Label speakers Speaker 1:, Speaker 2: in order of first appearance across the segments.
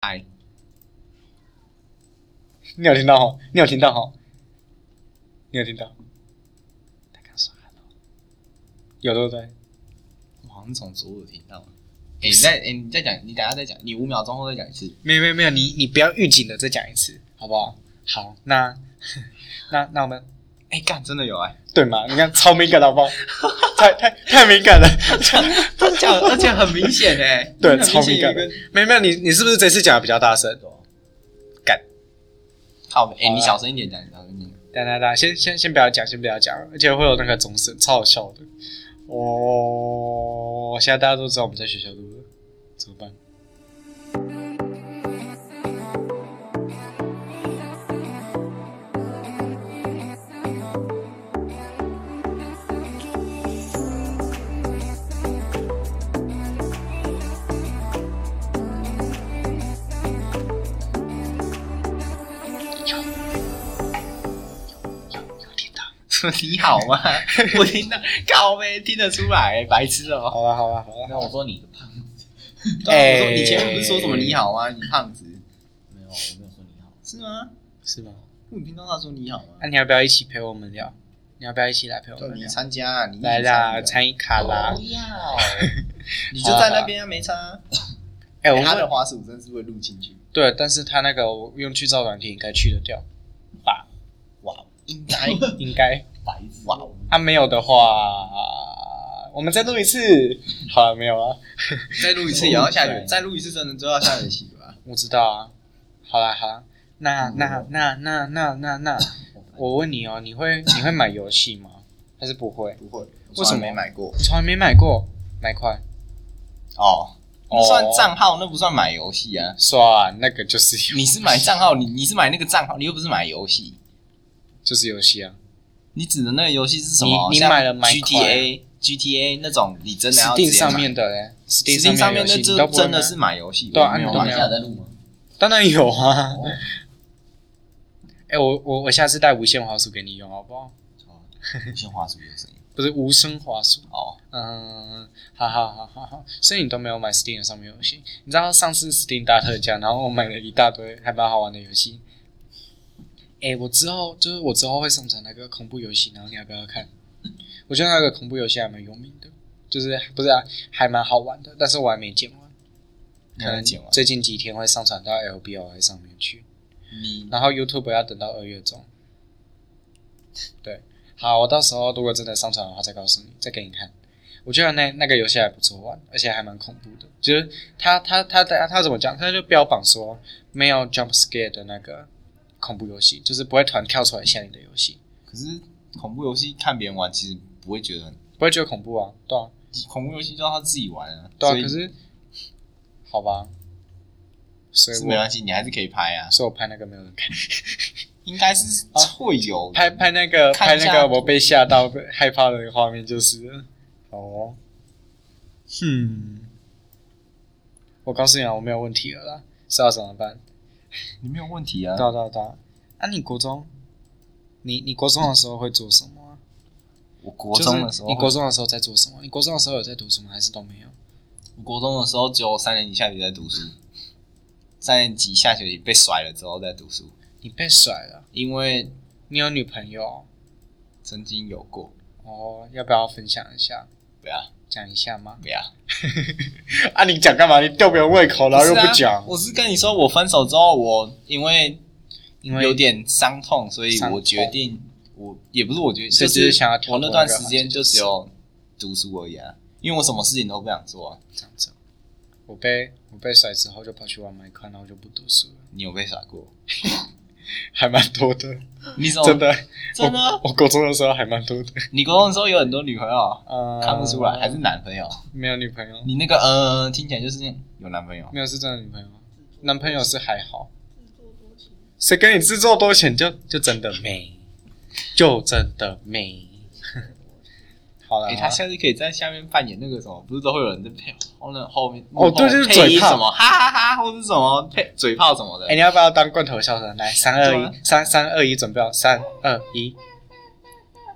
Speaker 1: 哎，
Speaker 2: 你有听到吼？你有听到吼？你有听到？他刚说了，有对不对？
Speaker 1: 我好像从左耳听到。哎、你再哎、你再讲，你等下再讲，你五秒钟后再讲一次。
Speaker 2: 没有没有没有，你你不要预警的再讲一次，好不好？好，那 那那我们
Speaker 1: 哎、干，真的有哎、
Speaker 2: 对嘛？你看超敏感 的好不好？太太太敏感了，
Speaker 1: 他讲， 而且很明显哎、
Speaker 2: 对，
Speaker 1: 很
Speaker 2: 超
Speaker 1: 显
Speaker 2: 敏
Speaker 1: 有
Speaker 2: 感
Speaker 1: 一
Speaker 2: 的
Speaker 1: 个。。
Speaker 2: 没有没有，你你是不是这次讲的比较大声？干，
Speaker 1: 好，哎、
Speaker 2: 好啊
Speaker 1: 你
Speaker 2: 啦
Speaker 1: 小声一点讲，你小声一点。
Speaker 2: 等等等，先先先不要讲，先不要讲，而且会有那个钟声，超好笑的。哦，现在大家都知道我们在学校录了，怎么办？有听到？
Speaker 1: 你好吗？ 我听到，靠呗，听得出来、白痴哦、
Speaker 2: 好了好了好了，
Speaker 1: 那我说你个胖子。
Speaker 2: 对啊我
Speaker 1: 我说
Speaker 2: 说
Speaker 1: 你
Speaker 2: 你
Speaker 1: 前
Speaker 2: 前
Speaker 1: 面
Speaker 2: 面
Speaker 1: 不
Speaker 2: 不
Speaker 1: 是
Speaker 2: 是
Speaker 1: 说
Speaker 2: 说
Speaker 1: 什么
Speaker 2: 什么
Speaker 1: 你
Speaker 2: 你
Speaker 1: 好吗？你胖子。没有，我没有说你好。是吗？
Speaker 2: 是吗？啊
Speaker 1: 我听到他说你好啊吗？
Speaker 2: 那、你要不要一起陪我们聊？你要不要一起来陪我
Speaker 1: 就
Speaker 2: 们
Speaker 1: 你
Speaker 2: 聊？
Speaker 1: 参加啊，你一起
Speaker 2: 来啦，
Speaker 1: 参
Speaker 2: 参与卡啦！
Speaker 1: 不要， 你就在那边啊，没差啊。
Speaker 2: 哎、
Speaker 1: 哎他的
Speaker 2: 我们
Speaker 1: 滑鼠真是会录进去。
Speaker 2: 对，但是他那个我用去照软体应该去得掉吧？
Speaker 1: 哇，应 该
Speaker 2: 应该，
Speaker 1: 白痴。哇，
Speaker 2: 他、没有的话，我们再录一次。好了，没有了，
Speaker 1: 再录一次也要下雨，再录一次真的就要下雨洗吧。
Speaker 2: 我知道啊。好啦好啦，那那那那那那那，我问你哦，你会你会买游戏吗？还是不会？
Speaker 1: 不会，
Speaker 2: 为什么
Speaker 1: 没买过？
Speaker 2: 从来没买过，买块
Speaker 1: 哦，那
Speaker 2: 哦
Speaker 1: 算账号，那不算买游戏啊。
Speaker 2: 算那个就是
Speaker 1: 你是买账号，你你是买那个账号，你又不是买游戏。
Speaker 2: 就是游戏啊。
Speaker 1: 你指的那个游戏是什么？
Speaker 2: 你你
Speaker 1: 像
Speaker 2: 买了 Minecraft
Speaker 1: GTA GTA 那种，你真的要
Speaker 2: Steam 上面
Speaker 1: 的
Speaker 2: 的嘞
Speaker 1: ，Steam 上面
Speaker 2: 的
Speaker 1: 那
Speaker 2: 游戏你
Speaker 1: 就
Speaker 2: 都不会
Speaker 1: 真的
Speaker 2: 买
Speaker 1: 是买游戏，
Speaker 2: 对啊
Speaker 1: 我没有
Speaker 2: 你都没
Speaker 1: 买
Speaker 2: 有
Speaker 1: 下在录吗？
Speaker 2: 当然有啊。
Speaker 1: 哦
Speaker 2: 哎、我我我下次带无线滑鼠给你用好不好？
Speaker 1: 好无线滑鼠有声音
Speaker 2: 不是无声滑鼠，
Speaker 1: 哦，
Speaker 2: 嗯，好好好好好，所以你都没有买 Steam 上面游戏。你知道上次 Steam 大特价，然后我买了一大堆还蛮好玩的游戏。哎、我之后就是我之后会上传那个恐怖游戏，然后你要不要看？我觉得那个恐怖游戏还蛮有名的，就是不是啊，还蛮好玩的，但是我还没剪完，
Speaker 1: 你
Speaker 2: 可
Speaker 1: 还没
Speaker 2: 能
Speaker 1: 剪完，
Speaker 2: 最近几天会上传到 LBOI 上面去。
Speaker 1: 你
Speaker 2: 然后 YouTube 要等到二月中。对，好，我到时候如果真的上传的话，再告诉你，再给你看。我觉得那那个游戏还不错玩，而且还蛮恐怖的。就是他他他他他怎么讲？他就标榜说没有 jump scare 的那个恐怖游戏，就是不会突然跳出来吓你的游戏，
Speaker 1: 可是恐怖游戏看别人玩，其实不会觉得很
Speaker 2: 不会觉得恐怖啊，对啊，
Speaker 1: 恐怖游戏，就让他自己玩啊。
Speaker 2: 对啊。
Speaker 1: 所以
Speaker 2: 可是好吧，所以
Speaker 1: 是
Speaker 2: 我
Speaker 1: 没关系，你还是可以拍啊。
Speaker 2: 所以我拍那个没有人看，
Speaker 1: 应该是
Speaker 2: 啊
Speaker 1: 会有
Speaker 2: 拍拍那个
Speaker 1: 看
Speaker 2: 拍
Speaker 1: 一下
Speaker 2: 那个我被吓到被害怕的那个画面就是了。哦，哼，我告诉你啊，我没有问题了啦，是要怎么办？
Speaker 1: 你没有问题啊。
Speaker 2: 到到到，啊，你国中，你你国中的时候会做什么啊？
Speaker 1: 我国
Speaker 2: 就是
Speaker 1: 中的时候，
Speaker 2: 你国中的时候在做什么？你国中的时候有在读书吗？还是都没有？
Speaker 1: 我国中的时候只有三年级下学期在读书，三年级下学期被甩了之后再读书，
Speaker 2: 你被甩了，
Speaker 1: 因为
Speaker 2: 你有女朋友
Speaker 1: 曾经有过，
Speaker 2: 哦？要不要分享一下？
Speaker 1: 不要
Speaker 2: 讲一下吗？
Speaker 1: 不要，
Speaker 2: 啊，你讲干嘛？你吊别人胃口，然后又
Speaker 1: 是啊
Speaker 2: 不讲，
Speaker 1: 我是跟你说，我分手之后，我因为
Speaker 2: 因为
Speaker 1: 有点伤痛，所以
Speaker 2: 伤痛
Speaker 1: 我决定，我也不是我决定，
Speaker 2: 所
Speaker 1: 就
Speaker 2: 以只是想要跳
Speaker 1: 我
Speaker 2: 脱
Speaker 1: 那
Speaker 2: 那
Speaker 1: 段
Speaker 2: 个
Speaker 1: 时间就只有读书而已啊，因为我什么事情都不想做啊。
Speaker 2: 这样子。我被我被甩之后就跑去玩麦克，然后就不读书了，
Speaker 1: 你有被甩过？
Speaker 2: 还蛮多的，
Speaker 1: 你怎么
Speaker 2: 真的
Speaker 1: 真的？
Speaker 2: 我高中的时候还蛮多的，
Speaker 1: 你高中的时候有很多女朋友，
Speaker 2: 呃，
Speaker 1: 看不出来，还是男朋友？
Speaker 2: 没有女朋友，
Speaker 1: 你那个呃，听起来就是有男朋友。
Speaker 2: 没有是真的女朋友，男朋友是还好，
Speaker 3: 自作多情，
Speaker 2: 谁跟你自作多情就就真的没，就真的没。 好了，
Speaker 1: 哎、他下次可以在下面扮演那个什么，不是都会有人在配后那后面
Speaker 2: 哦对就是
Speaker 1: 配音
Speaker 2: 嘴炮
Speaker 1: 什么哈哈哈或是什么配嘴炮什么的。
Speaker 2: 哎、你要不要当罐头笑声？来，三二
Speaker 1: 对啊
Speaker 2: 一，三三二一，准备好，三二一。
Speaker 1: 啊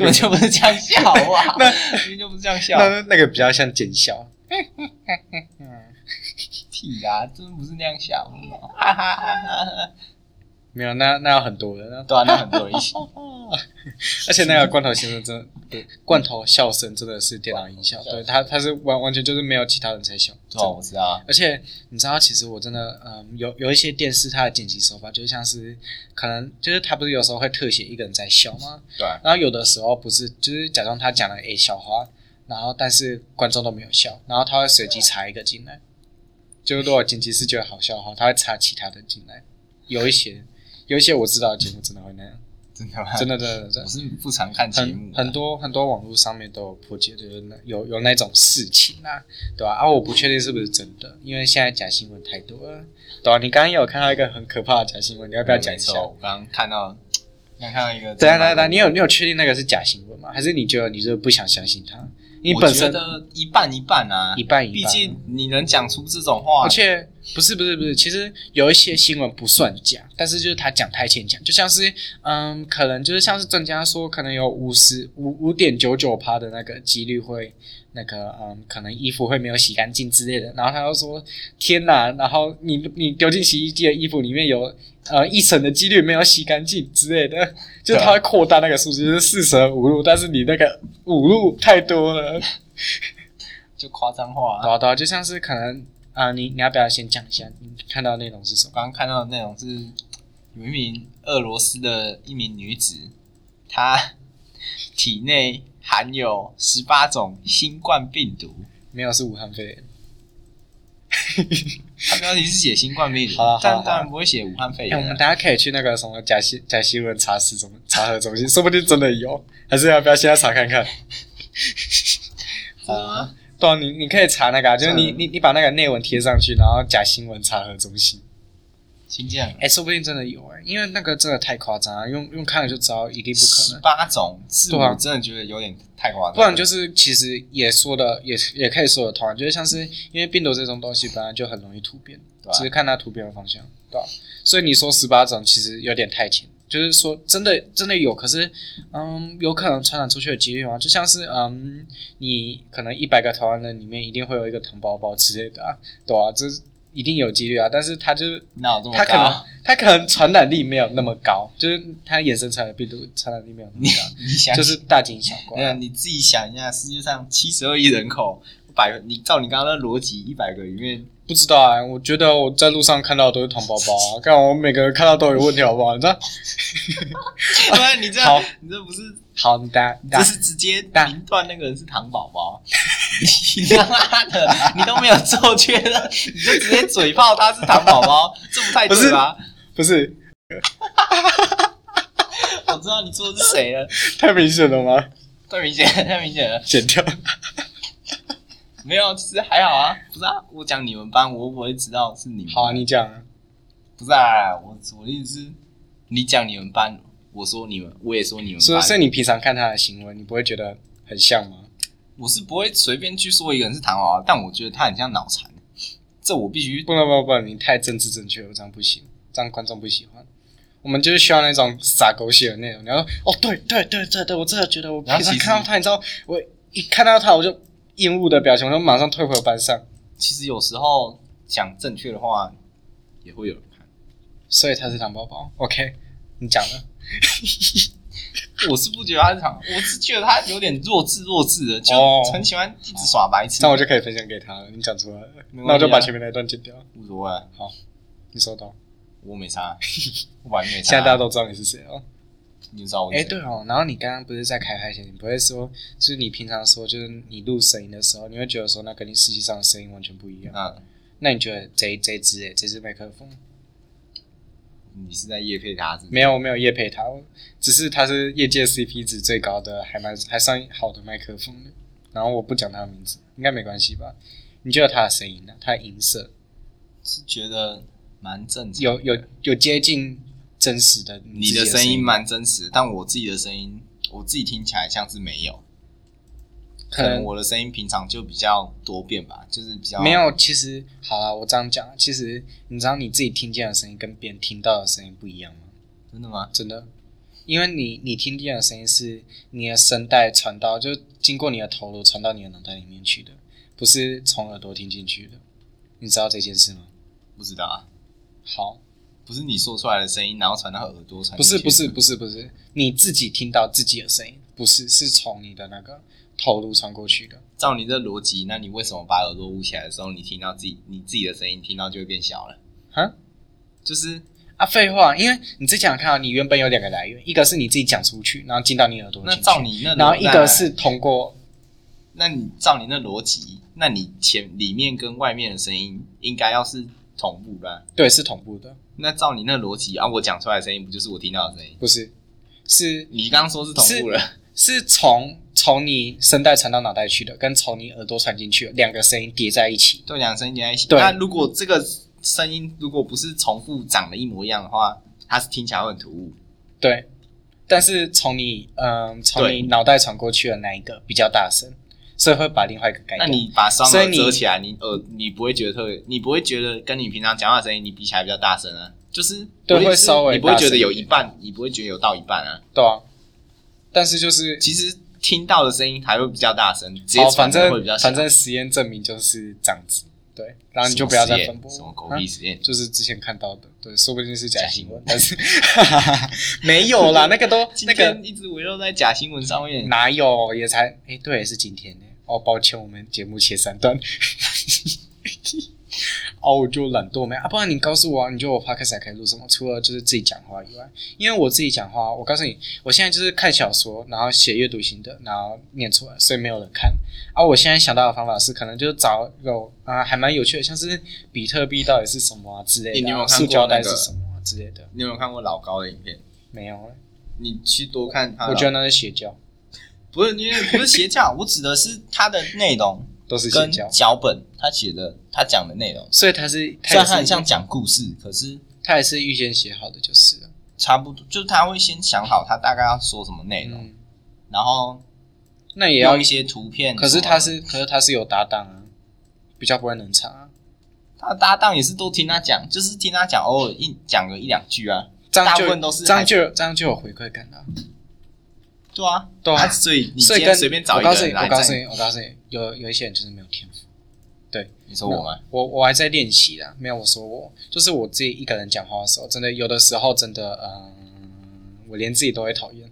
Speaker 1: 根
Speaker 2: 个
Speaker 1: 本就不是这样笑好 不好？明明就不是这样笑。
Speaker 2: 嗯那那个比较像奸笑，
Speaker 1: 屁啦，真的不是那样想的，哈哈哈哈哈。
Speaker 2: 没有，那那要很多人啊。
Speaker 1: 对啊，那很多人一起。
Speaker 2: 而且那个罐头先生真的，对罐头笑声真的是电脑音 效，
Speaker 1: 罐头笑
Speaker 2: 对
Speaker 1: 声
Speaker 2: 他他是完完全就是没有其他人在笑。
Speaker 1: 对啊，我知道啊。
Speaker 2: 而且你知道，其实我真的，嗯，有有一些电视它的剪辑手法，就像是可能就是他不是有时候会特写一个人在笑吗？
Speaker 1: 对啊，
Speaker 2: 然后有的时候不是就是假装他讲了 A 笑话，然后但是观众都没有笑，然后他会随机插一个进来。就是如果剪辑师觉得好笑的话，他会插其他的进来。有一些有一些我知道的节目真的会那样，
Speaker 1: 真的吗？
Speaker 2: 真的真的真
Speaker 1: 我
Speaker 2: 的。
Speaker 1: 是不常看节目
Speaker 2: 很
Speaker 1: 的，
Speaker 2: 很多很多网络上面都有破解，就是那有有那种事情啊，对吧、啊？我不确定是不是真的，因为现在假新闻太多了，对吧、你刚刚有看到一个很可怕的假新闻，你要
Speaker 1: 要
Speaker 2: 不要讲一下？
Speaker 1: 我刚刚看到，刚看到一个。
Speaker 2: 等一下等一下等一下，你有你有确定那个是假新闻吗？还是你觉得你就是不想相信它？你
Speaker 1: 我
Speaker 2: 本
Speaker 1: 觉
Speaker 2: 身
Speaker 1: 得一半一半啊，
Speaker 2: 一半一
Speaker 1: 毕
Speaker 2: 半，
Speaker 1: 竟你能讲出这种话，
Speaker 2: 而且不是不是不是，其实有一些新闻不算假，但是就是他讲太牵强，就像是嗯，可能就是像是专家说，可能有五十五五点九九趴的那个几率会那个嗯，可能衣服会没有洗干净之类的，然后他又说天哪，然后你你丢进洗衣机的衣服里面有呃一成的几率没有洗干净之类的， 就是他会扩大那个数字，就是四舍五入，但是你那个五入太多了。
Speaker 1: 就夸张话啊。
Speaker 2: 对啊对啊，就像是可能啊、你你要不要先讲一下你看到内容是什
Speaker 1: 我
Speaker 2: 么？
Speaker 1: 刚刚看到的内容是，有一名俄罗斯的一名女子，她体内含有十八种新冠病毒，
Speaker 2: 没有是武汉肺炎，
Speaker 1: 她标题是写新冠病毒
Speaker 2: 好啊好啊，
Speaker 1: 但
Speaker 2: 好啊
Speaker 1: 当然不会写武汉肺
Speaker 2: 哎、我们
Speaker 1: 炎啊。
Speaker 2: 大家可以去那个什么假新假新闻查实中查核中心，说不定真的有，还是要不要现在查看看？
Speaker 1: 真的吗
Speaker 2: 对啊，你你可以查那个、啊，就是你
Speaker 1: 嗯
Speaker 2: 你你把那个内文贴上去，然后假新闻查核中心，
Speaker 1: 请讲。
Speaker 2: 哎、说不定真的有哎、因为那个真的太夸张了，啊用用看了就知道一定不可
Speaker 1: 十
Speaker 2: 能。
Speaker 1: 八种字，
Speaker 2: 对啊
Speaker 1: 我真的觉得有点太夸张了。
Speaker 2: 不然就是其实也说的也也可以说得通啊，就是像是因为病毒这种东西本来就很容易突变，
Speaker 1: 对啊
Speaker 2: 只是看它突变的方向，对吧、所以你说十八种其实有点太浅，就是说真的真的有，可是嗯，有可能传染出去的几率嘛，就像是嗯，你可能一百个台湾人里面一定会有一个糖宝宝之类的啊，对啊，这一定有几率啊，但是它就是
Speaker 1: 哪有这么
Speaker 2: 它可能
Speaker 1: 高？啊
Speaker 2: 它可能传染力没有那么高，就是它衍生出来的病毒传染力没有那么高，
Speaker 1: 你想
Speaker 2: 就是大惊小怪
Speaker 1: 没。有，你自己想一下，世界上七十二亿人口，百你照你刚刚的逻辑，一百个里 面，
Speaker 2: 不知道啊、我觉得我在路上看到的都是糖宝宝啊，看我每个人看到都有问题，好不好？你知道？
Speaker 1: 不然啊你这
Speaker 2: 好
Speaker 1: 你这不是，
Speaker 2: 好，你大
Speaker 1: 你
Speaker 2: 大
Speaker 1: 这是直接
Speaker 2: 大
Speaker 1: 评断那个人是糖宝宝，啊你他妈的，你都没有做确认，你就直接嘴炮他是糖宝宝，这不太对吧？
Speaker 2: 不是
Speaker 1: 我知道你说的是谁了，
Speaker 2: 太明显了吗？
Speaker 1: 太明显了，太明显了，
Speaker 2: 剪 掉。
Speaker 1: 没有，其实还好啊，不是啊，我讲你们班，我又不会知道是你们班，
Speaker 2: 好、啊，你讲啊。
Speaker 1: 不是啊，我我的意思是，你讲你们班，我说你们，我也说你们
Speaker 2: 所以，
Speaker 1: 班，
Speaker 2: 所以你平常看他的行为，你不会觉得很像吗？
Speaker 1: 我是不会随便去说一个人是糖娃娃，但我觉得他很像脑残，这我必须
Speaker 2: 不能，不能，不能，你太政治正确了，这样不行，这样观众不喜欢。我们就是需要那种撒狗血的内容。然后，哦，对，对，对，对，对，我真的觉得我
Speaker 1: 然
Speaker 2: 平
Speaker 1: 后其
Speaker 2: 常
Speaker 1: 实
Speaker 2: 看到他，你知道，我一看到他我就厌恶的表情，我就马上退回班上。
Speaker 1: 其实有时候讲正确的话也会有人看，
Speaker 2: 所以他是糖宝宝。OK，你讲了。
Speaker 1: 我是不觉得他是糖，我是觉得他有点弱智弱智的，就
Speaker 2: 哦
Speaker 1: 很喜欢一直耍白痴，
Speaker 2: 那我就可以分享给他了。你讲出来了，
Speaker 1: 没问题啊
Speaker 2: 那我就把前面那一段剪掉。
Speaker 1: 无所谓，啊
Speaker 2: 你收到？
Speaker 1: 我没 差，我完全没差，
Speaker 2: 现在大家都知道你是谁了。
Speaker 1: 你就知道我是
Speaker 2: 哎、
Speaker 1: 谁
Speaker 2: 对哦，然后你刚刚不是在开拍前，你不会说，就是你平常说，就是你录声音的时候，你会觉得说，那跟你实际上的声音完全不一样。
Speaker 1: 那
Speaker 2: 那你觉得这这支哎，这支麦克风
Speaker 1: 你是在夜配他是不是
Speaker 2: 没有没有夜配它，我只是它是业界 CP 值最高的，还蛮还算好的麦克风的。然后我不讲它的名字，应该没关系吧？你觉得它的声音呢？它的音色
Speaker 1: 是觉得蛮正常的，
Speaker 2: 有有有接近真实的
Speaker 1: 你
Speaker 2: 自己
Speaker 1: 的
Speaker 2: 的
Speaker 1: 声音
Speaker 2: 吗？
Speaker 1: 蛮真实的，但我自己的声音，我自己听起来像是没有。
Speaker 2: 可
Speaker 1: 可
Speaker 2: 能
Speaker 1: 能我的声音平常就比较多变吧，就是比较
Speaker 2: 没有，其实好啦，我这样讲，其实你知道你自己听见的声音跟别人听到的声音不一样吗？
Speaker 1: 真的吗？
Speaker 2: 真的，因为你你听见的声音是你的声带传到，就经过你的头颅传到你的脑袋里面去的，不是从耳朵听进去的。你知道这件事吗？
Speaker 1: 不知道啊，
Speaker 2: 好，
Speaker 1: 不是你说出来的声音，然后传到耳朵传
Speaker 2: 不
Speaker 1: 进去
Speaker 2: 是
Speaker 1: 的。
Speaker 2: 不是不是不是，你自己听到自己的声音，不是是从你的那个头颅传过去的。
Speaker 1: 照你这逻辑，那你为什么把耳朵捂起来的时候，你听到自己你自己的声音，听到就会变小了？
Speaker 2: 哈
Speaker 1: 就是
Speaker 2: 啊，废话，因为你自己想想看啊，你原本有两个来源，一个是你自己讲出去，然后进到你耳朵
Speaker 1: 那
Speaker 2: 进去
Speaker 1: 照你那，
Speaker 2: 然后一个是通过
Speaker 1: 那，那你照你那逻辑，那你前里面跟外面的声音应该要是同步的啊、
Speaker 2: 对是同步的，
Speaker 1: 那照你那逻辑啊，我讲出来的声音不就是我听到的声音？
Speaker 2: 不是是
Speaker 1: 你刚刚说是同步了，
Speaker 2: 是从从你声带传到脑袋去的，跟从你耳朵传进去的两个声音叠在一起。
Speaker 1: 对，两个声音连在一起。
Speaker 2: 对
Speaker 1: 那如果这个声音如果不是重复长得一模一样的话，它是听起来会很突兀。
Speaker 2: 对，但是从你嗯从
Speaker 1: 对
Speaker 2: 你脑袋传过去的那一个比较大声，所以会把另外一个改
Speaker 1: 那
Speaker 2: 掉。
Speaker 1: 你把双
Speaker 2: 所以
Speaker 1: 耳
Speaker 2: 你
Speaker 1: 遮起来，你耳你不会觉得特别，你不会觉得跟你平常讲话的声音你比起来比较大声啊？就是
Speaker 2: 对
Speaker 1: 不是
Speaker 2: 会稍微
Speaker 1: 你不会觉得有
Speaker 2: 大声一
Speaker 1: 一
Speaker 2: 点
Speaker 1: 半，你不会觉得有到一半啊。
Speaker 2: 对啊，但是就是
Speaker 1: 其实听到的声音还会比较大声，直接
Speaker 2: 哦，
Speaker 1: 传
Speaker 2: 反
Speaker 1: 的会比较
Speaker 2: 正
Speaker 1: 小。
Speaker 2: 反正实验证明就是这样子，对，然后你就
Speaker 1: 什么
Speaker 2: 不要
Speaker 1: 实
Speaker 2: 再
Speaker 1: 验
Speaker 2: 分拨
Speaker 1: 什么狗
Speaker 2: 啊
Speaker 1: 屁实验，
Speaker 2: 就是之前看到的，对，说不定是假
Speaker 1: 假
Speaker 2: 新
Speaker 1: 新
Speaker 2: 闻
Speaker 1: 闻，
Speaker 2: 但是 没有啦，那个都
Speaker 1: 今
Speaker 2: 那个
Speaker 1: 天一直围绕在假新闻上面。
Speaker 2: 哪有也才哎、对，是今天呢。哦，抱歉，我们节目切三段。 哦，我就懒惰没啊，不然你告诉我、啊，你觉得我 podcast 还可以录什么？除了就是自己讲话以外，因为我自己讲话，我告诉你，我现在就是看小说，然后写阅读型的，然后念出来，所以没有人看。啊，我现在想到的方法是，可能就是找有啊、还蛮有趣的，像是比特币到底是什么啊之类
Speaker 1: 诶
Speaker 2: 的、
Speaker 1: 你有没
Speaker 2: 啊，
Speaker 1: 有看
Speaker 2: 塑
Speaker 1: 过
Speaker 2: 胶袋
Speaker 1: 那
Speaker 2: 是
Speaker 1: 个
Speaker 2: 什么啊之类的，
Speaker 1: 你有没有看过老高的影片？
Speaker 2: 没有欸、
Speaker 1: 你去多看他的。
Speaker 2: 我觉得那是邪教，
Speaker 1: 不是，因为不是邪 教，我指的是他的内容
Speaker 2: 都是邪
Speaker 1: 跟
Speaker 2: 教，
Speaker 1: 脚本，他写的他讲的内容。
Speaker 2: 所以它是，它
Speaker 1: 虽
Speaker 2: 也
Speaker 1: 然
Speaker 2: 是
Speaker 1: 他很像讲故事，可是
Speaker 2: 他也是预先写好的，就是了
Speaker 1: 差不多，就是他会先想好他大概要说什么内容，
Speaker 2: 嗯，
Speaker 1: 然后
Speaker 2: 那也要
Speaker 1: 用一，些啊图片什么的。
Speaker 2: 可是他是，可是他是有搭档啊，比较不会冷场啊，
Speaker 1: 他的搭档也是都听他讲，就是听他讲，偶尔一讲个一两句啊。
Speaker 2: 这样
Speaker 1: 大
Speaker 2: 就
Speaker 1: 部分都是
Speaker 2: 这样就有这样就有回馈感了、
Speaker 1: 对啊，
Speaker 2: 对啊
Speaker 1: 啊所以你
Speaker 2: 所
Speaker 1: 今
Speaker 2: 以跟
Speaker 1: 天随便找
Speaker 2: 我
Speaker 1: 一个
Speaker 2: 告诉你，
Speaker 1: 人来
Speaker 2: 我告诉
Speaker 1: 站，
Speaker 2: 你，我告诉你，有有一些人就是没有天赋，
Speaker 1: 你说我吗？
Speaker 2: 我我还在练习啦，没有我说我就是我自己一个人讲话的时候，真的有的时候真的嗯，我连自己都会讨厌，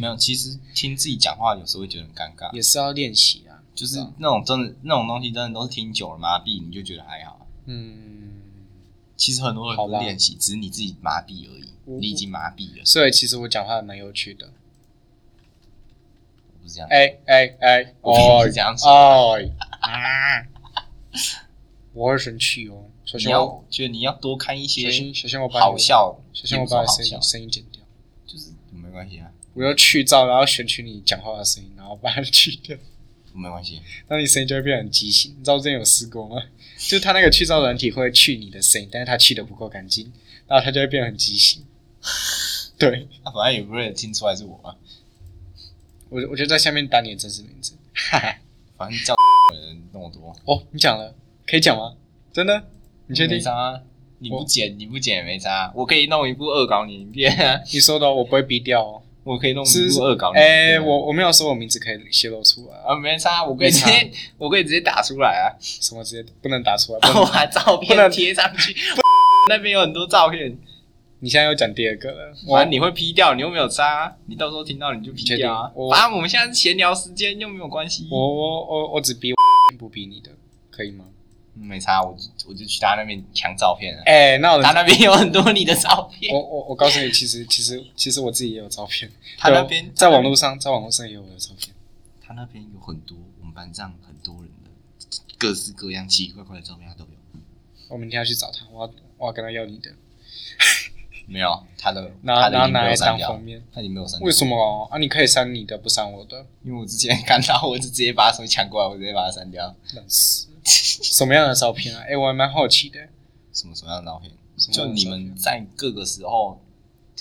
Speaker 1: 没有，其实听自己讲话有时候会觉得很尴尬，
Speaker 2: 也是要练习啊，
Speaker 1: 就是那种真的那种东西，真的都是听久了麻痹，你就觉得还好。
Speaker 2: 嗯，
Speaker 1: 其实很多人
Speaker 2: 好
Speaker 1: 不
Speaker 2: 吧
Speaker 1: 是练习，只是你自己麻痹而已，
Speaker 2: 我
Speaker 1: 你已经麻痹了，
Speaker 2: 所以其实我讲话还蛮有趣的，
Speaker 1: 不是这样。
Speaker 2: 哎哎哎，
Speaker 1: 我不
Speaker 2: 哦
Speaker 1: 是这样说，
Speaker 2: 哦啊！我会生气哦，小
Speaker 1: 你
Speaker 2: 心我，
Speaker 1: 要觉得你要多看一
Speaker 2: 小
Speaker 1: 些
Speaker 2: 心，小心我把你
Speaker 1: 好，笑，
Speaker 2: 小心我
Speaker 1: 也不是
Speaker 2: 把
Speaker 1: 好
Speaker 2: 你声
Speaker 1: 笑
Speaker 2: 音，声音剪掉。
Speaker 1: 就是没关系啊，
Speaker 2: 我要去噪，然后选取你讲话的声音，然后把它去掉，
Speaker 1: 没关系。
Speaker 2: 那你声音就会变得很畸形。你知道我之前有试过吗？就它那个去噪软体会去你的声音，但是它去的不够干净，然后它就会变得很 畸形。对
Speaker 1: 他啊反正也不会听出来是我啊嘛，
Speaker 2: 我，我就在下面打你的真实名字。 哈哈，
Speaker 1: 反正叫的人那么多，
Speaker 2: 哦，你讲了，可以讲吗？真的？你确定
Speaker 1: 没？差啊？你不剪，你不剪也没差啊。我可以弄一部恶搞你影片啊，
Speaker 2: 你说的哦，我不会逼掉哦。
Speaker 1: 我可以弄
Speaker 2: 是
Speaker 1: 一部恶搞你影
Speaker 2: 哎、
Speaker 1: 片啊。
Speaker 2: 我我没有说我名字可以泄露出来啊，
Speaker 1: 啊，没差啊，我可以
Speaker 2: 没
Speaker 1: 直
Speaker 2: 差
Speaker 1: 接， 我可以直接打出来啊，
Speaker 2: 什么之类的，不能 打出来。不
Speaker 1: 然后
Speaker 2: 能
Speaker 1: 我把照
Speaker 2: 不能
Speaker 1: 片贴上去。 那边有很多照片，
Speaker 2: 你现在又讲第二个了，
Speaker 1: 反
Speaker 2: 我
Speaker 1: 正你会 P 掉，你又没有差啊，你到时候听到你就 P 掉啊
Speaker 2: 你确定我。
Speaker 1: 反正我们现在是闲聊时间，又没有关系。
Speaker 2: 我我我我只逼我不逼你的，可以吗？
Speaker 1: 嗯没差，我就我就去他那边抢照片啊，
Speaker 2: 哎、那我
Speaker 1: 他那边有很多你的照片，
Speaker 2: 我我我告诉你，其实其实其实我自己也有照片，
Speaker 1: 他
Speaker 2: 对
Speaker 1: 那边
Speaker 2: 在网络上，在网络上也有我的照片。
Speaker 1: 他那边有很多我们班上很多人的各式各样奇奇怪怪的照片，他都有。
Speaker 2: 我明天要去找他，我要我要跟他要你的，
Speaker 1: 没有，他的他
Speaker 2: 拿
Speaker 1: 的
Speaker 2: 拿
Speaker 1: 已经
Speaker 2: 拿
Speaker 1: 没
Speaker 2: 来
Speaker 1: 有
Speaker 2: 当
Speaker 1: 删
Speaker 2: 封
Speaker 1: 掉，
Speaker 2: 面。
Speaker 1: 他已经没有删掉。
Speaker 2: 为什么哦？啊，你可以删你的，不删我的，
Speaker 1: 因为我之前 看到，我就直接把手机抢过来，我直接把它删掉。
Speaker 2: 烂死了。什么样的照片啊？哎、我还蛮好奇的。
Speaker 1: 什么什么样的照片？
Speaker 2: 什么
Speaker 1: 就
Speaker 2: 样的
Speaker 1: 你
Speaker 2: 照片
Speaker 1: 们在各个时候，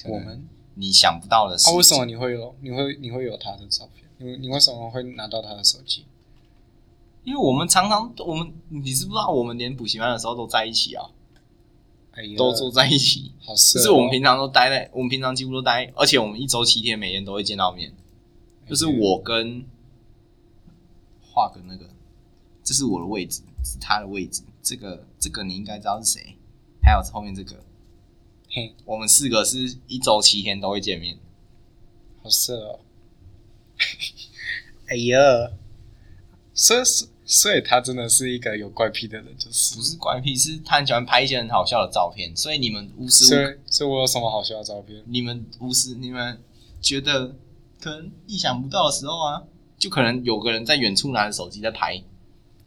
Speaker 1: 可能
Speaker 2: 我们
Speaker 1: 你想不到的事
Speaker 2: 啊，
Speaker 1: 情。
Speaker 2: 为什么你会有你会你会有他的照片？你你为什么会拿到他的手机？
Speaker 1: 因为我们常常，我们你知不知道，我们连补习班的时候都在一起啊，
Speaker 2: 哎呀，
Speaker 1: 都坐在一起。
Speaker 2: 好色、
Speaker 1: 就
Speaker 2: 哦，
Speaker 1: 是我们平常都待在，我们平常几乎都待，而且我们一周七天每天都会见到面。就是我跟画跟那个，这是我的位置，是他的位置，这个这个你应该知道是谁，还有后面这个，
Speaker 2: 嘿，
Speaker 1: 我们四个是一周七天都会见面。
Speaker 2: 好色哦！ 哎呀，所以所以他真的是一个有怪癖的人，就是
Speaker 1: 不是怪癖，是他很喜欢拍一些很好笑的照片，所以你们无时无
Speaker 2: 所
Speaker 1: 刻，
Speaker 2: 以所以我有什么好笑的照片？
Speaker 1: 你们无时你们觉得可能意想不到的时候啊，就可能有个人在远处拿着手机在拍，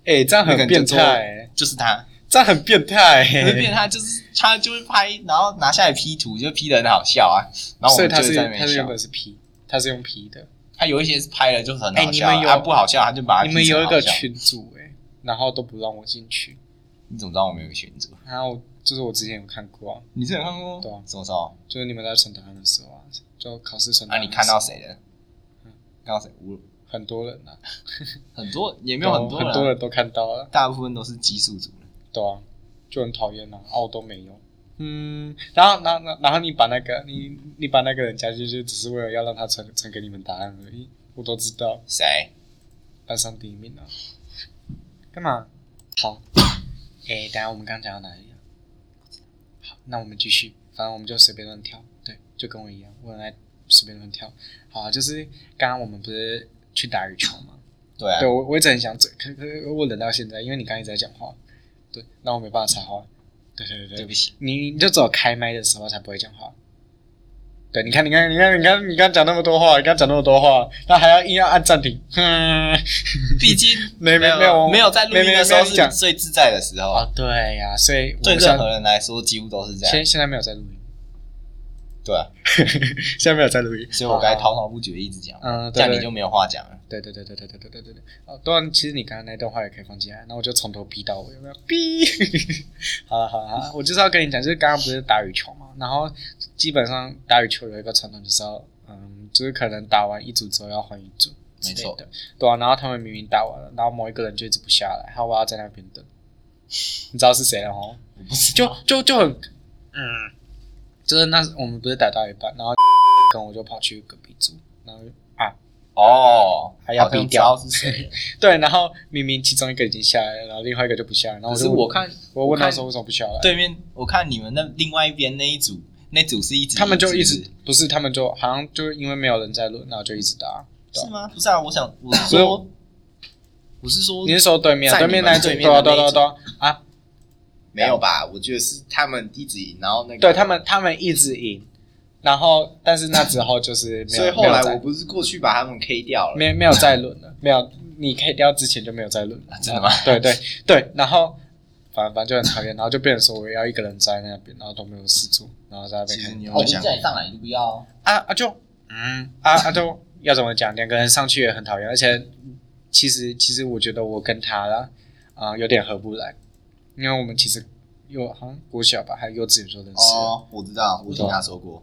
Speaker 2: 哎、这样
Speaker 1: 那个
Speaker 2: 很
Speaker 1: 人就
Speaker 2: 变
Speaker 1: 做
Speaker 2: 态、欸，
Speaker 1: 就是他，
Speaker 2: 这样很变态、欸，
Speaker 1: 可是变态就是他就会拍，然后拿下来 P 图，就 P 的很好笑啊，然后我
Speaker 2: 所以
Speaker 1: 们就
Speaker 2: 他是
Speaker 1: 会在那
Speaker 2: 他
Speaker 1: 边
Speaker 2: 是原
Speaker 1: 笑。
Speaker 2: 本是 P，他是用 P 的。
Speaker 1: 他有一些是拍了就是很
Speaker 2: 哎
Speaker 1: 好
Speaker 2: 你
Speaker 1: 笑
Speaker 2: 们
Speaker 1: 啊，
Speaker 2: 有
Speaker 1: 他不好笑他就把它
Speaker 2: 你们
Speaker 1: P 成
Speaker 2: 有一
Speaker 1: 好
Speaker 2: 个
Speaker 1: 笑，
Speaker 2: 群主哎、然后都不让我进去，
Speaker 1: 你怎么知道我们有个群组？
Speaker 2: 然后就是我之前有看过啊，
Speaker 1: 你之前看过？
Speaker 2: 对啊
Speaker 1: 什么时候？
Speaker 2: 就是你们在传答案的时候啊，就考试传答
Speaker 1: 啊，
Speaker 2: 案。
Speaker 1: 你看到？谁了？看到谁？我
Speaker 2: 很多人啊，
Speaker 1: 很多也没有很
Speaker 2: 很
Speaker 1: 多
Speaker 2: 很
Speaker 1: 人
Speaker 2: 多
Speaker 1: 啊，
Speaker 2: 人都看到了，
Speaker 1: 大部分都是激素族的。
Speaker 2: 对啊，就很讨厌啊，啊我都没有。嗯，然后，然后，然后然后你把那个你你把那个人加进去，只是为了要让他传传给你们答案而已，我都知道。
Speaker 1: 谁？
Speaker 2: 班上第一名啊。干嘛？好， 哎、等一下我们刚刚讲到哪里啊？好，那我们继续，反正我们就随便乱跳，对，就跟我一样，我很爱随便乱跳。好啊，就是刚刚我们不是去打羽球吗？
Speaker 1: 对啊
Speaker 2: 对，，我我一直很想，这可可我忍到现在，因为你刚刚一直在讲话，对，那我没办法插话。对对对
Speaker 1: 对
Speaker 2: 对
Speaker 1: 不，起，
Speaker 2: 你你就只有开麦的时候才不会讲话。对，你看，你看，你看，你看，你刚讲那么多话，你刚讲那么多话，那还要硬要按暂停，哼，
Speaker 1: 毕竟
Speaker 2: 没没没有
Speaker 1: 没有在录音
Speaker 2: 没没
Speaker 1: 的时候
Speaker 2: 没有讲
Speaker 1: 是最自在的时候啊，
Speaker 2: 哦，对呀、所以我
Speaker 1: 对
Speaker 2: 们
Speaker 1: 任
Speaker 2: 现
Speaker 1: 何人来说几乎都是这
Speaker 2: 在
Speaker 1: 样。
Speaker 2: 现现在没有在录音，
Speaker 1: 对啊，
Speaker 2: 现在没有在录音，
Speaker 1: 所以我该
Speaker 2: 好
Speaker 1: 滔滔不绝一直讲，
Speaker 2: 嗯，
Speaker 1: 这
Speaker 2: 对
Speaker 1: 样
Speaker 2: 对
Speaker 1: 你就没有话讲 了。
Speaker 2: 对对对对对对对对对对。哦，当然，其实你刚刚那段话也可以放进来，那我就从头逼到尾，有没有？ 逼！好了好了好了，我就是要跟你讲，就是刚刚不是打羽球嘛，然后基本上打羽球有一个传统就是要，嗯，就是可能打完一组之后要换一组之类的，对啊。然后他们明明打完了，然后某一个人就一直不下来，他我要在那边等，你知道是谁了哦？
Speaker 1: 我不是
Speaker 2: 就就就很，嗯，就是那我们不是打到一半，然后 跟我就跑去隔壁组，然后啊。
Speaker 1: 哦，
Speaker 2: 还要
Speaker 1: 好像
Speaker 2: 逼掉
Speaker 1: 知道是谁？
Speaker 2: 对，然后明明其中一个已经下来了，然后另外一个就不下来，然后
Speaker 1: 可
Speaker 2: 我
Speaker 1: 是
Speaker 2: 就
Speaker 1: 我看
Speaker 2: 我问
Speaker 1: 我看
Speaker 2: 他说为什么不下来，，
Speaker 1: 对面，我看你们那另外一边那一组，那组是一直
Speaker 2: 他们就一
Speaker 1: 赢
Speaker 2: 直不是，他们就好像就因为没有人在轮，然后就一直打。
Speaker 1: 是吗？不是啊，我想我是
Speaker 2: 所以
Speaker 1: 说，我是说
Speaker 2: 你是说对面
Speaker 1: 哦在
Speaker 2: 对
Speaker 1: 你
Speaker 2: 面
Speaker 1: 们
Speaker 2: 那一组
Speaker 1: 对面
Speaker 2: 对
Speaker 1: 的
Speaker 2: 啊对
Speaker 1: 那
Speaker 2: 啊
Speaker 1: 一
Speaker 2: 对啊对啊啊，
Speaker 1: 没有吧？我觉得是他们一直赢，然后那个
Speaker 2: 对他们他们一直赢，然后但是那之后就是没
Speaker 1: 所以
Speaker 2: 有
Speaker 1: 后
Speaker 2: 没有
Speaker 1: 来我
Speaker 2: 在
Speaker 1: 不是过去把他们 K 掉了，
Speaker 2: 没没有再轮了，没有你可以掉之前就没有再轮了
Speaker 1: 啊，真的吗？
Speaker 2: 对对对，然后反正反正就很讨厌，然后就变成说我要一个人在那边，然后都没有事做，然后在那边
Speaker 1: 其
Speaker 2: 看
Speaker 1: 实你有
Speaker 3: 哦，
Speaker 1: 没
Speaker 3: 我
Speaker 1: 有
Speaker 3: 就
Speaker 1: 想
Speaker 3: 叫你上来，你就不要。
Speaker 2: 啊啊就嗯啊啊就要怎么讲？两个人上去也很讨厌，而且其实其实我觉得我跟他啦啊、有点合不来，因为我们其实有好像国小吧，还有幼稚园就认识了，
Speaker 1: 哦，我知道，我听他说过，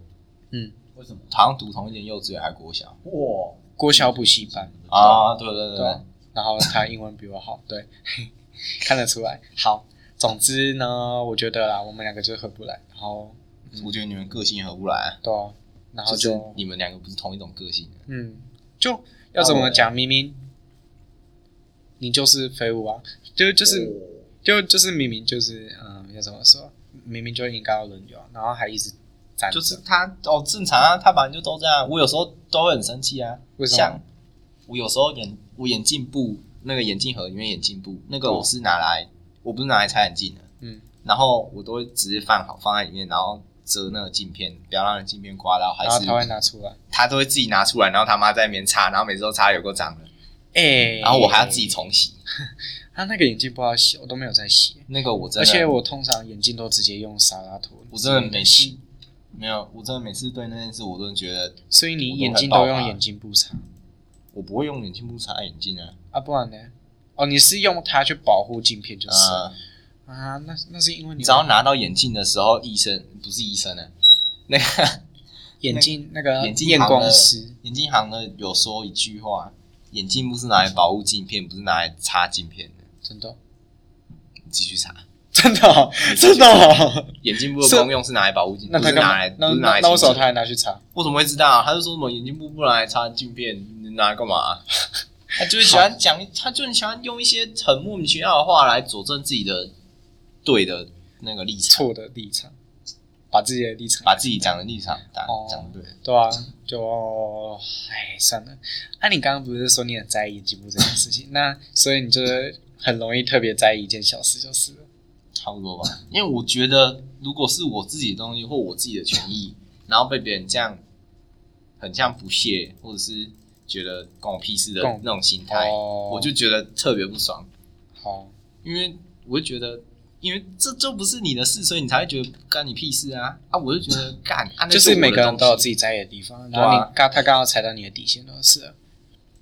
Speaker 2: 嗯
Speaker 3: 为什么？
Speaker 1: 好像读同一间幼稚园还是国小
Speaker 3: 哇！
Speaker 2: 国小补习班，
Speaker 1: 啊？对对对
Speaker 2: 嗯对啊
Speaker 1: 对，
Speaker 2: 然后他英文比我好，对， 看得出来。好，总之呢，我觉得啦，我们两个就是合不来，然后
Speaker 1: 我觉得你们个性合不来，
Speaker 2: 对啊、然后
Speaker 1: 就
Speaker 2: 就是
Speaker 1: 你们两个不是同一种个性的。
Speaker 2: 嗯，就要怎么讲？明明你就是废物啊，就就是。就就是明明就是嗯，要怎么说？明明就应该要轮流，啊然后还一直站着，
Speaker 1: 就是他哦，正常啊，他本来就都这样。我有时候都会很生气啊，
Speaker 2: 为什么
Speaker 1: 像我有时候眼我眼镜布那个眼镜盒里面眼镜布那
Speaker 2: 哦
Speaker 1: 个我是拿来，我不是拿来拆眼镜的，
Speaker 2: 嗯，
Speaker 1: 然后我都会直接放好放在里面，然后折那个镜片，不要让人镜片刮到，还
Speaker 2: 然后
Speaker 1: 是
Speaker 2: 他会拿出来，
Speaker 1: 他都会自己拿出来，然后他妈在那边擦，然后每次都擦有够脏的，
Speaker 2: 哎、
Speaker 1: 然后我还要自己。重洗。
Speaker 2: 他那个眼镜不好洗，我都没有在洗，
Speaker 1: 那个我真
Speaker 2: 而
Speaker 1: 的，
Speaker 2: 且我通常眼镜都直接用沙拉图，
Speaker 1: 我真的每次没有，我真的每次对那件事，我真的觉得
Speaker 2: 所以你眼镜
Speaker 1: 我都
Speaker 2: 都
Speaker 1: 很爆
Speaker 2: 用
Speaker 1: 发
Speaker 2: 眼镜布擦
Speaker 1: 我不会用眼镜布擦眼镜啊。
Speaker 2: 啊，不然呢？哦，你是用它去保护镜片，就是、
Speaker 1: 呃，
Speaker 2: 啊，那那是因为
Speaker 1: 你
Speaker 2: 你
Speaker 1: 只要拿到眼镜的时候，医生不是医生啊，那个
Speaker 2: 眼镜那个
Speaker 1: 眼镜
Speaker 2: 验
Speaker 1: 行
Speaker 2: 光
Speaker 1: 的
Speaker 2: 师，
Speaker 1: 眼镜行的有说一句话，眼镜布是拿来保护镜片，不是拿来擦镜片的。
Speaker 2: 真的哦
Speaker 1: 你继续擦，
Speaker 2: 真的哦真的哦，
Speaker 1: 眼镜布的
Speaker 2: 是
Speaker 1: 功用是拿来保护镜，
Speaker 2: 那
Speaker 1: 不
Speaker 2: 他
Speaker 1: 是
Speaker 2: 干
Speaker 1: 拿
Speaker 2: 嘛
Speaker 1: 来？不
Speaker 2: 那
Speaker 1: 是拿
Speaker 2: 那
Speaker 1: 来
Speaker 2: 那
Speaker 1: 清
Speaker 2: 为
Speaker 1: 洁
Speaker 2: 什么他还拿去擦？
Speaker 1: 我怎么会知道？啊他就说什么眼睛布不拿来擦镜片，你拿来干 嘛？他就是喜欢讲，他就很喜欢用一些很莫名其妙的话来佐证自己的对的那个立场，
Speaker 2: 错的立场，把自己的立场
Speaker 1: 把自己讲的立场打
Speaker 2: 哦
Speaker 1: 讲对。
Speaker 2: 对啊，就哎算了。啊，你刚刚不是说你很在意进步这件事情？ 那所以你就是很容易特别在意一件小事就是了。
Speaker 1: 差不多吧。因为我觉得，如果是我自己的东西或我自己的权益，然后被别人这样很像不屑，或者是觉得关我屁事的
Speaker 2: 关我
Speaker 1: 那种心态，
Speaker 2: 哦
Speaker 1: 我就觉得特别不爽。
Speaker 2: 好，
Speaker 1: 因为我就觉得，因为这就不是你的事，所以你才会觉得干你屁事啊啊！我就觉得干啊，那
Speaker 2: 就是每个人都有自
Speaker 1: 己
Speaker 2: 己在意的地方，
Speaker 1: 对
Speaker 2: 然
Speaker 1: 啊
Speaker 2: 后你刚他刚好踩到你的底线就是了，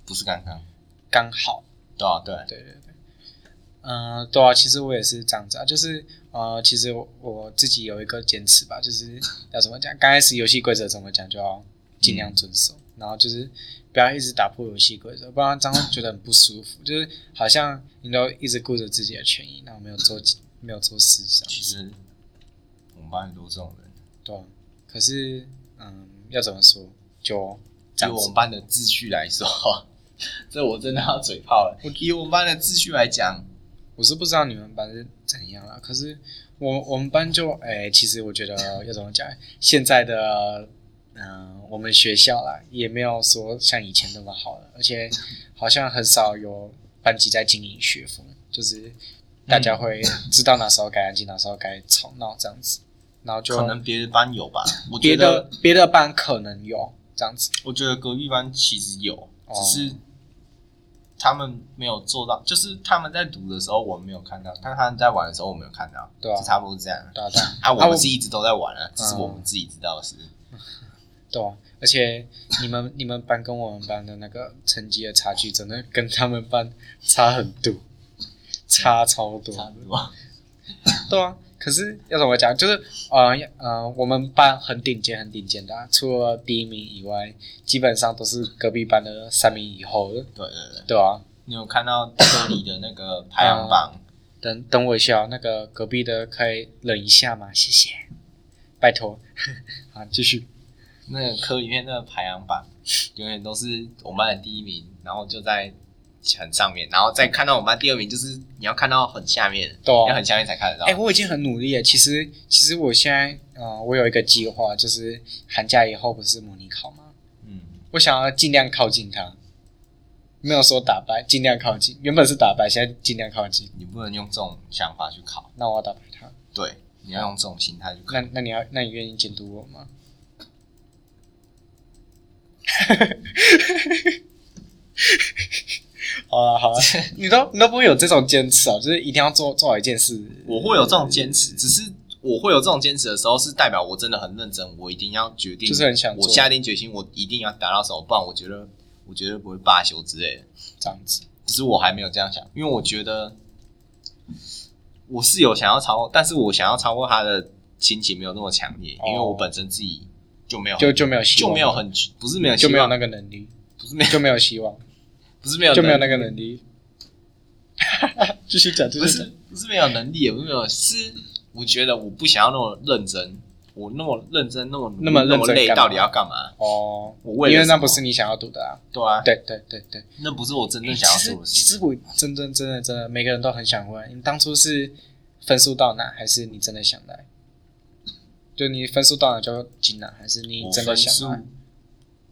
Speaker 1: 不是刚刚
Speaker 2: 刚好。
Speaker 1: 对啊对，
Speaker 2: 对对对，嗯、对啊，其实我也是这样子啊，就是呃，其实我我自己有一个坚持吧，就是要怎么讲，刚开始游戏规则怎么讲就要尽量遵守，然后就是不要一直打破游戏规则，不然这样会觉得很不舒服，就是好像你都一直顾着自己的权益，然后没有做没有做事这样，
Speaker 1: 其实我们班很多这种人，
Speaker 2: 对啊、可是嗯，要怎么说就这
Speaker 1: 以
Speaker 2: 样
Speaker 1: 我
Speaker 2: 子
Speaker 1: 们，班的秩序来说， 这我真的要嘴炮了。以我们班的秩序来讲，
Speaker 2: 我是不知道你们班是怎样啦，可是我我们班就哎、其实我觉得要怎么讲，现在的嗯、我们学校啦，也没有说像以前那么好了，而且好像很少有班级在经营学风，就是大
Speaker 1: 嗯
Speaker 2: 家会知道哪时候该安静，哪时候该吵闹这样子，然后就
Speaker 1: 可能别的班有吧，我觉
Speaker 2: 别
Speaker 1: 得
Speaker 2: 的别的班可能有这样子，
Speaker 1: 我觉得隔壁班其实有，
Speaker 2: 哦
Speaker 1: 只是他们没有做到，就是他们在读的时候我们没有看到，但他们在玩的时候我们有看到，
Speaker 2: 对啊
Speaker 1: 就差不多这样。
Speaker 2: 对啊对啊
Speaker 1: 啊，我
Speaker 2: 啊
Speaker 1: 们
Speaker 2: 我
Speaker 1: 是一直都在玩啊，只是
Speaker 2: 嗯
Speaker 1: 我们自己知道的事。
Speaker 2: 对啊，而且你们你们班跟我们班的那个成绩的差距，真的跟他们班差很多，差超多。
Speaker 1: 嗯差不多。
Speaker 2: 对啊，可是要怎么讲？就是呃呃，我们班很顶尖，很顶尖的啊、除了第一名以外，基本上都是隔壁班的三名以后的，
Speaker 1: 对对对，
Speaker 2: 对啊。
Speaker 1: 你有看到科里的那个排行榜？
Speaker 2: 等等我一下哦，那个隔壁的可以忍一下吗？谢谢，拜托。 好，继续。
Speaker 1: 那个科里面那个排行榜，永远都是我们班的第一名，然后就在很上面，然后再看到我们班第二名，就是你要看到很下面，
Speaker 2: 对啊
Speaker 1: 要很下面才看得到。
Speaker 2: 哎、我已经很努力了。其实，其实我现在，呃，我有一个计划，就是寒假以后不是模拟考吗？
Speaker 1: 嗯。
Speaker 2: 我想要尽量靠近他，没有说打败，尽量靠近。原本是打败，现在尽量靠近。
Speaker 1: 你不能用这种想法去考，
Speaker 2: 那我要打败他。
Speaker 1: 对，你要用这种心态去考
Speaker 2: 那。那你要，那你愿意监督我吗？ 好 了好了，你都你都不会有这种坚持啊，就是一定要做做好一件事。
Speaker 1: 我会有这种坚持，只是我会有这种坚持的时候，是代表我真的很认真，我一定要决定，
Speaker 2: 就是很想做
Speaker 1: 我下定决心，我一定要达到什么，不然我觉得我绝对不会罢休之类的。
Speaker 2: 这样子，
Speaker 1: 只是我还没有这样想，因为我觉得我是有想要超过，但是我想要超过他的心情没有那么强烈，
Speaker 2: 哦
Speaker 1: 因为我本身自己就没有
Speaker 2: 就就没有希望
Speaker 1: 就没有很不是没有希
Speaker 2: 就
Speaker 1: 望
Speaker 2: 没有那个能力，
Speaker 1: 不是没有
Speaker 2: 就没有希 望。
Speaker 1: 不是没有
Speaker 2: 就没有
Speaker 1: 能
Speaker 2: 那个能力。 继续讲，继
Speaker 1: 不
Speaker 2: 续讲
Speaker 1: 是。不是没有能力，也不是没有，是我觉得我不想要那么认真，我那么认真，那么努力
Speaker 2: 那么认
Speaker 1: 那么
Speaker 2: 真
Speaker 1: 累，
Speaker 2: 干嘛
Speaker 1: 到底要干嘛？
Speaker 2: 哦，
Speaker 1: 我为了
Speaker 2: 因为那
Speaker 1: 什么
Speaker 2: 不是你想要读的啊。
Speaker 1: 对啊，
Speaker 2: 对对对对，
Speaker 1: 那不是我真正
Speaker 2: 其
Speaker 1: 想要做
Speaker 2: 实
Speaker 1: 的
Speaker 2: 其
Speaker 1: 事。
Speaker 2: 实我真真真的真的，每个人都很想问，你当初是分数到哪，还是你真的想来？就你分数到哪就进来，还是你
Speaker 1: 我
Speaker 2: 真的
Speaker 1: 分
Speaker 2: 想
Speaker 1: 数
Speaker 2: 来？，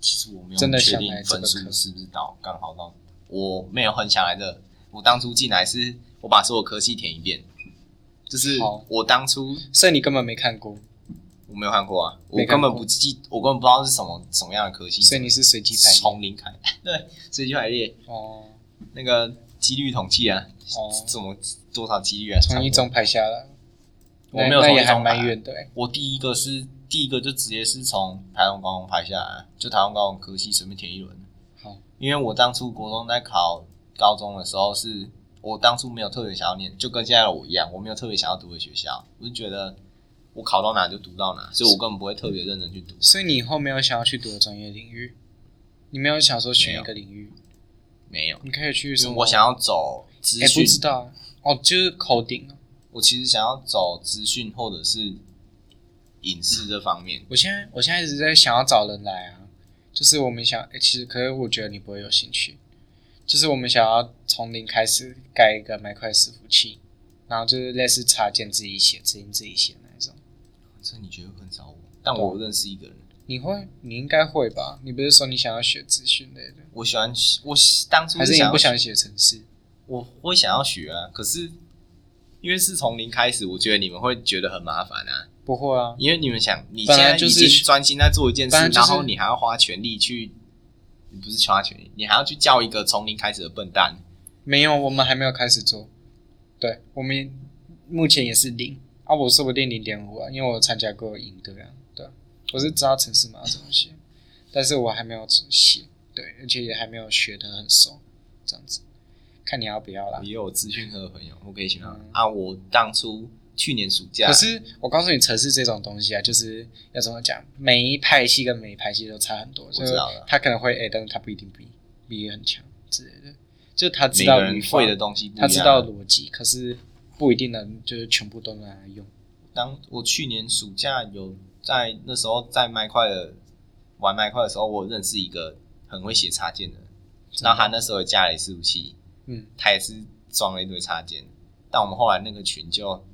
Speaker 1: 其实我没有
Speaker 2: 真的
Speaker 1: 确
Speaker 2: 想
Speaker 1: 定
Speaker 2: 来这个
Speaker 1: 分数
Speaker 2: 课
Speaker 1: 是不是到刚好到，我没有很想来这。我当初进来是我把所有科系填一遍，就是
Speaker 2: 好
Speaker 1: 我当初
Speaker 2: 所以你根本没看过，
Speaker 1: 我没有看过啊，我
Speaker 2: 没看
Speaker 1: 根本
Speaker 2: 过
Speaker 1: 不记，我根本不知道是什么什么样的科系，
Speaker 2: 所以你是随机排
Speaker 1: 从零开，对，随机排列，
Speaker 2: 哦，
Speaker 1: 那个几率统计啊，
Speaker 2: 哦
Speaker 1: 怎么多少几率啊？
Speaker 2: 从一中排下来，
Speaker 1: 我
Speaker 2: 那
Speaker 1: 没有
Speaker 2: 那
Speaker 1: 从
Speaker 2: 也
Speaker 1: 一
Speaker 2: 还
Speaker 1: 中排
Speaker 2: 蛮远的欸。
Speaker 1: 我第一个是第一个就直接是从台湾高中排下来，啊就台湾高中科系随便填一轮。
Speaker 2: 好，
Speaker 1: 因为我当初国中在考高中的时候是，我当初没有特别想要念，就跟现在的我一样，我没有特别想要读的学校，我就觉得我考到哪就读到哪，所以我根本不会特别认真去读。
Speaker 2: 所以你以后没有想要去读的专业领域，你没有想说选一个领域，
Speaker 1: 没有，
Speaker 2: 你可以去什
Speaker 1: 因为
Speaker 2: 么？
Speaker 1: 我想要走资
Speaker 2: 哎、
Speaker 1: 讯
Speaker 2: 不，知道啊哦，就是口顶啊。
Speaker 1: 我其实想要走资讯或者是影视这方面。
Speaker 2: 我现在我现在一直在想要找人来啊，就是我们想，哎其实可是我觉得你不会有兴趣，就是我们想要从零开始盖一个麦块伺服器，然后就是类似插件自己写、指令自己写那一种。
Speaker 1: 这你绝对不能找我，但我
Speaker 2: 啊
Speaker 1: 认识一个人，
Speaker 2: 你会，你应该会吧？你不是说你想要学资讯类的，
Speaker 1: 我喜欢我当初
Speaker 2: 还是你
Speaker 1: 想
Speaker 2: 不
Speaker 1: 要啊
Speaker 2: 想写程式？
Speaker 1: 我会想要学啊，可是因为是从零开始，我觉得你们会觉得很麻烦啊，
Speaker 2: 不会啊，
Speaker 1: 因为你们想你现
Speaker 2: 本来
Speaker 1: 在已
Speaker 2: 就是
Speaker 1: 经专心在做一件事，
Speaker 2: 本来就是
Speaker 1: 然后你还要花全力去，你不是花全力，你还要去叫一个从零开始的笨蛋，
Speaker 2: 没有，我们还没有开始做。对，我们目前也是零啊，我说不定零点五啊，因为我参加过营队啊，对啊，我是知道城市码怎么写，但是我还没有写，对，而且也还没有学得很熟，这样子，看你要不要啦
Speaker 1: 我。也有资讯科的朋友，我可以请他、
Speaker 2: 嗯
Speaker 1: 啊，我当初去年暑假
Speaker 2: 可是我告诉你，城市这种东西啊，就是要怎么讲，每一派系跟每一派系都差很多。
Speaker 1: 知道了
Speaker 2: 他可能会 A，但是他不一定 B，B 也很强之类的。就他知
Speaker 1: 每个
Speaker 2: 道
Speaker 1: 人
Speaker 2: 语法
Speaker 1: 会的东西不一样
Speaker 2: 他
Speaker 1: 啊，
Speaker 2: 知道逻辑，可是不一定能就是全部都拿来用。
Speaker 1: 当我去年暑假有在那时候在麦块的玩麦块的时候，我认识一个很会写插件的人，然后他那时候也加了一服务器，
Speaker 2: 嗯，
Speaker 1: 他也是装了一堆插件，但我们后来那个群就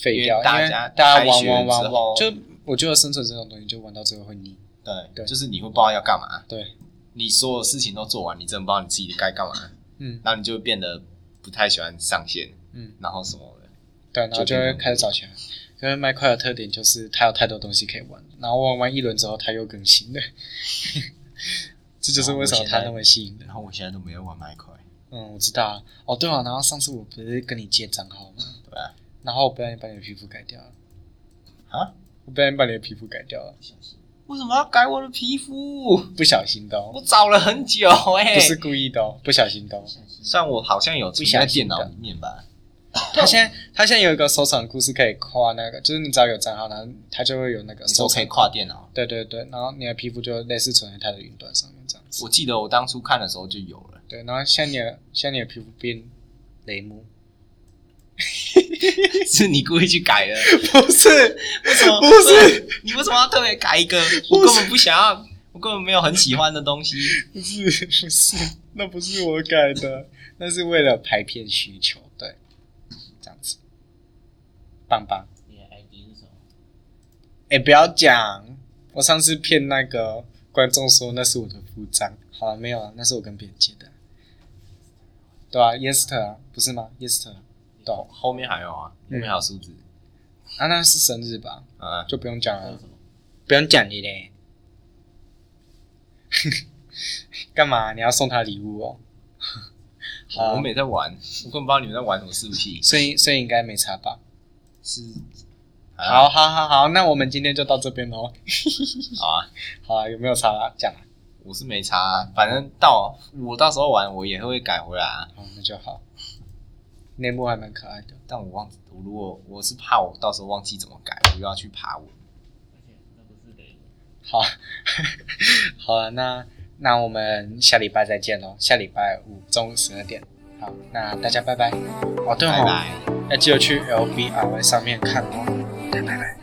Speaker 2: 废掉，
Speaker 1: 因为大
Speaker 2: 因为
Speaker 1: 家
Speaker 2: 大家
Speaker 1: 开
Speaker 2: 玩
Speaker 1: 学
Speaker 2: 玩
Speaker 1: 之
Speaker 2: 玩
Speaker 1: 后
Speaker 2: 玩，就我觉得生存这种东西，就玩到最后会腻。
Speaker 1: 对，
Speaker 2: 对
Speaker 1: 就是你会不知道要干嘛，
Speaker 2: 对，
Speaker 1: 你所有事情都做完，你真的不知道你自己该干嘛，
Speaker 2: 嗯
Speaker 1: 然后你就变得不太喜欢上线，
Speaker 2: 嗯，
Speaker 1: 然后什么的，
Speaker 2: 对，然后就会开始找钱。因为麦块的特点就是它有太多东西可以玩，然后玩完一轮之后它又更新了， 这就是为什么它那么吸引人
Speaker 1: 然。后我现在都没有玩麦块，
Speaker 2: 嗯，我知道啊。哦，对啊，然后上次我不是跟你借账号吗？
Speaker 1: 对吧？
Speaker 2: 然后我不小心把你的皮肤改掉了，
Speaker 1: 啊？
Speaker 2: 我不小心把你的皮肤改掉了，
Speaker 1: 为什么要改我的皮肤？
Speaker 2: 不小心的、
Speaker 1: 我
Speaker 2: 哦，
Speaker 1: 找了很久哎、
Speaker 2: 不是故意的、哦，不小心的、哦。
Speaker 1: 算我好像有存在电脑里面吧，
Speaker 2: 他现在他现在有一个收藏故事可以跨那个，就是你只要有账号，然后他就会有那个
Speaker 1: 你说
Speaker 2: 收
Speaker 1: 可
Speaker 2: 藏
Speaker 1: 以。跨电脑。
Speaker 2: 对对对，然后你的皮肤就类似存在他的云端上面这样子
Speaker 1: 我。记得我当初看的时候就有了，
Speaker 2: 对，然后现在你的现在你的皮肤变雷姆，
Speaker 1: 是你故意去改的？
Speaker 2: 不是
Speaker 1: 为什么？
Speaker 2: 不是
Speaker 1: 你为什么要特别改一个？我根本不想要，我根本没有很喜欢的东西。
Speaker 2: 不是不是，那不是我改的， 那是为了排片需求，对，这样子，棒棒。
Speaker 3: 你的 ID 是什么？
Speaker 2: 哎、不要讲，我上次骗那个观众说那是我的副章，好了、没有啊，那是我跟别人借的，对啊，Yester 啊，不是吗？Yester 啊对啊
Speaker 1: 后面还有啊，后面还有数字
Speaker 2: 啊，那是生日吧，
Speaker 1: 啊，
Speaker 2: 就不用讲
Speaker 3: 还有
Speaker 2: 了，
Speaker 3: 什么？
Speaker 2: 不用讲你嘞， 干嘛？你要送他礼物哦？好啊
Speaker 1: 我没在玩，我根本不知道你们在玩什么游戏。
Speaker 2: 所以所以应该没差吧？
Speaker 1: 是
Speaker 3: 啊
Speaker 1: 啊
Speaker 2: 好，好，好，好，那我们今天就到这边喽。
Speaker 1: 好啊，
Speaker 2: 好啊，有没有差啦？讲啊，
Speaker 1: 我是没查啊，反正到我到时候玩我也会改回来啊。
Speaker 2: 好，那就好。内幕还蛮可爱的，
Speaker 1: 但我忘记，我如果我是怕我到时候忘记怎么改，我又要去爬文。
Speaker 3: 而且那不是雷姆，
Speaker 2: 好， 好了，那那我们下礼拜再见喽，下礼拜五中午十二点。好，那大家拜拜。哦，对
Speaker 1: 拜
Speaker 2: 哦，
Speaker 1: 拜。
Speaker 2: 要记得去 LBRY 上面看哦。拜拜。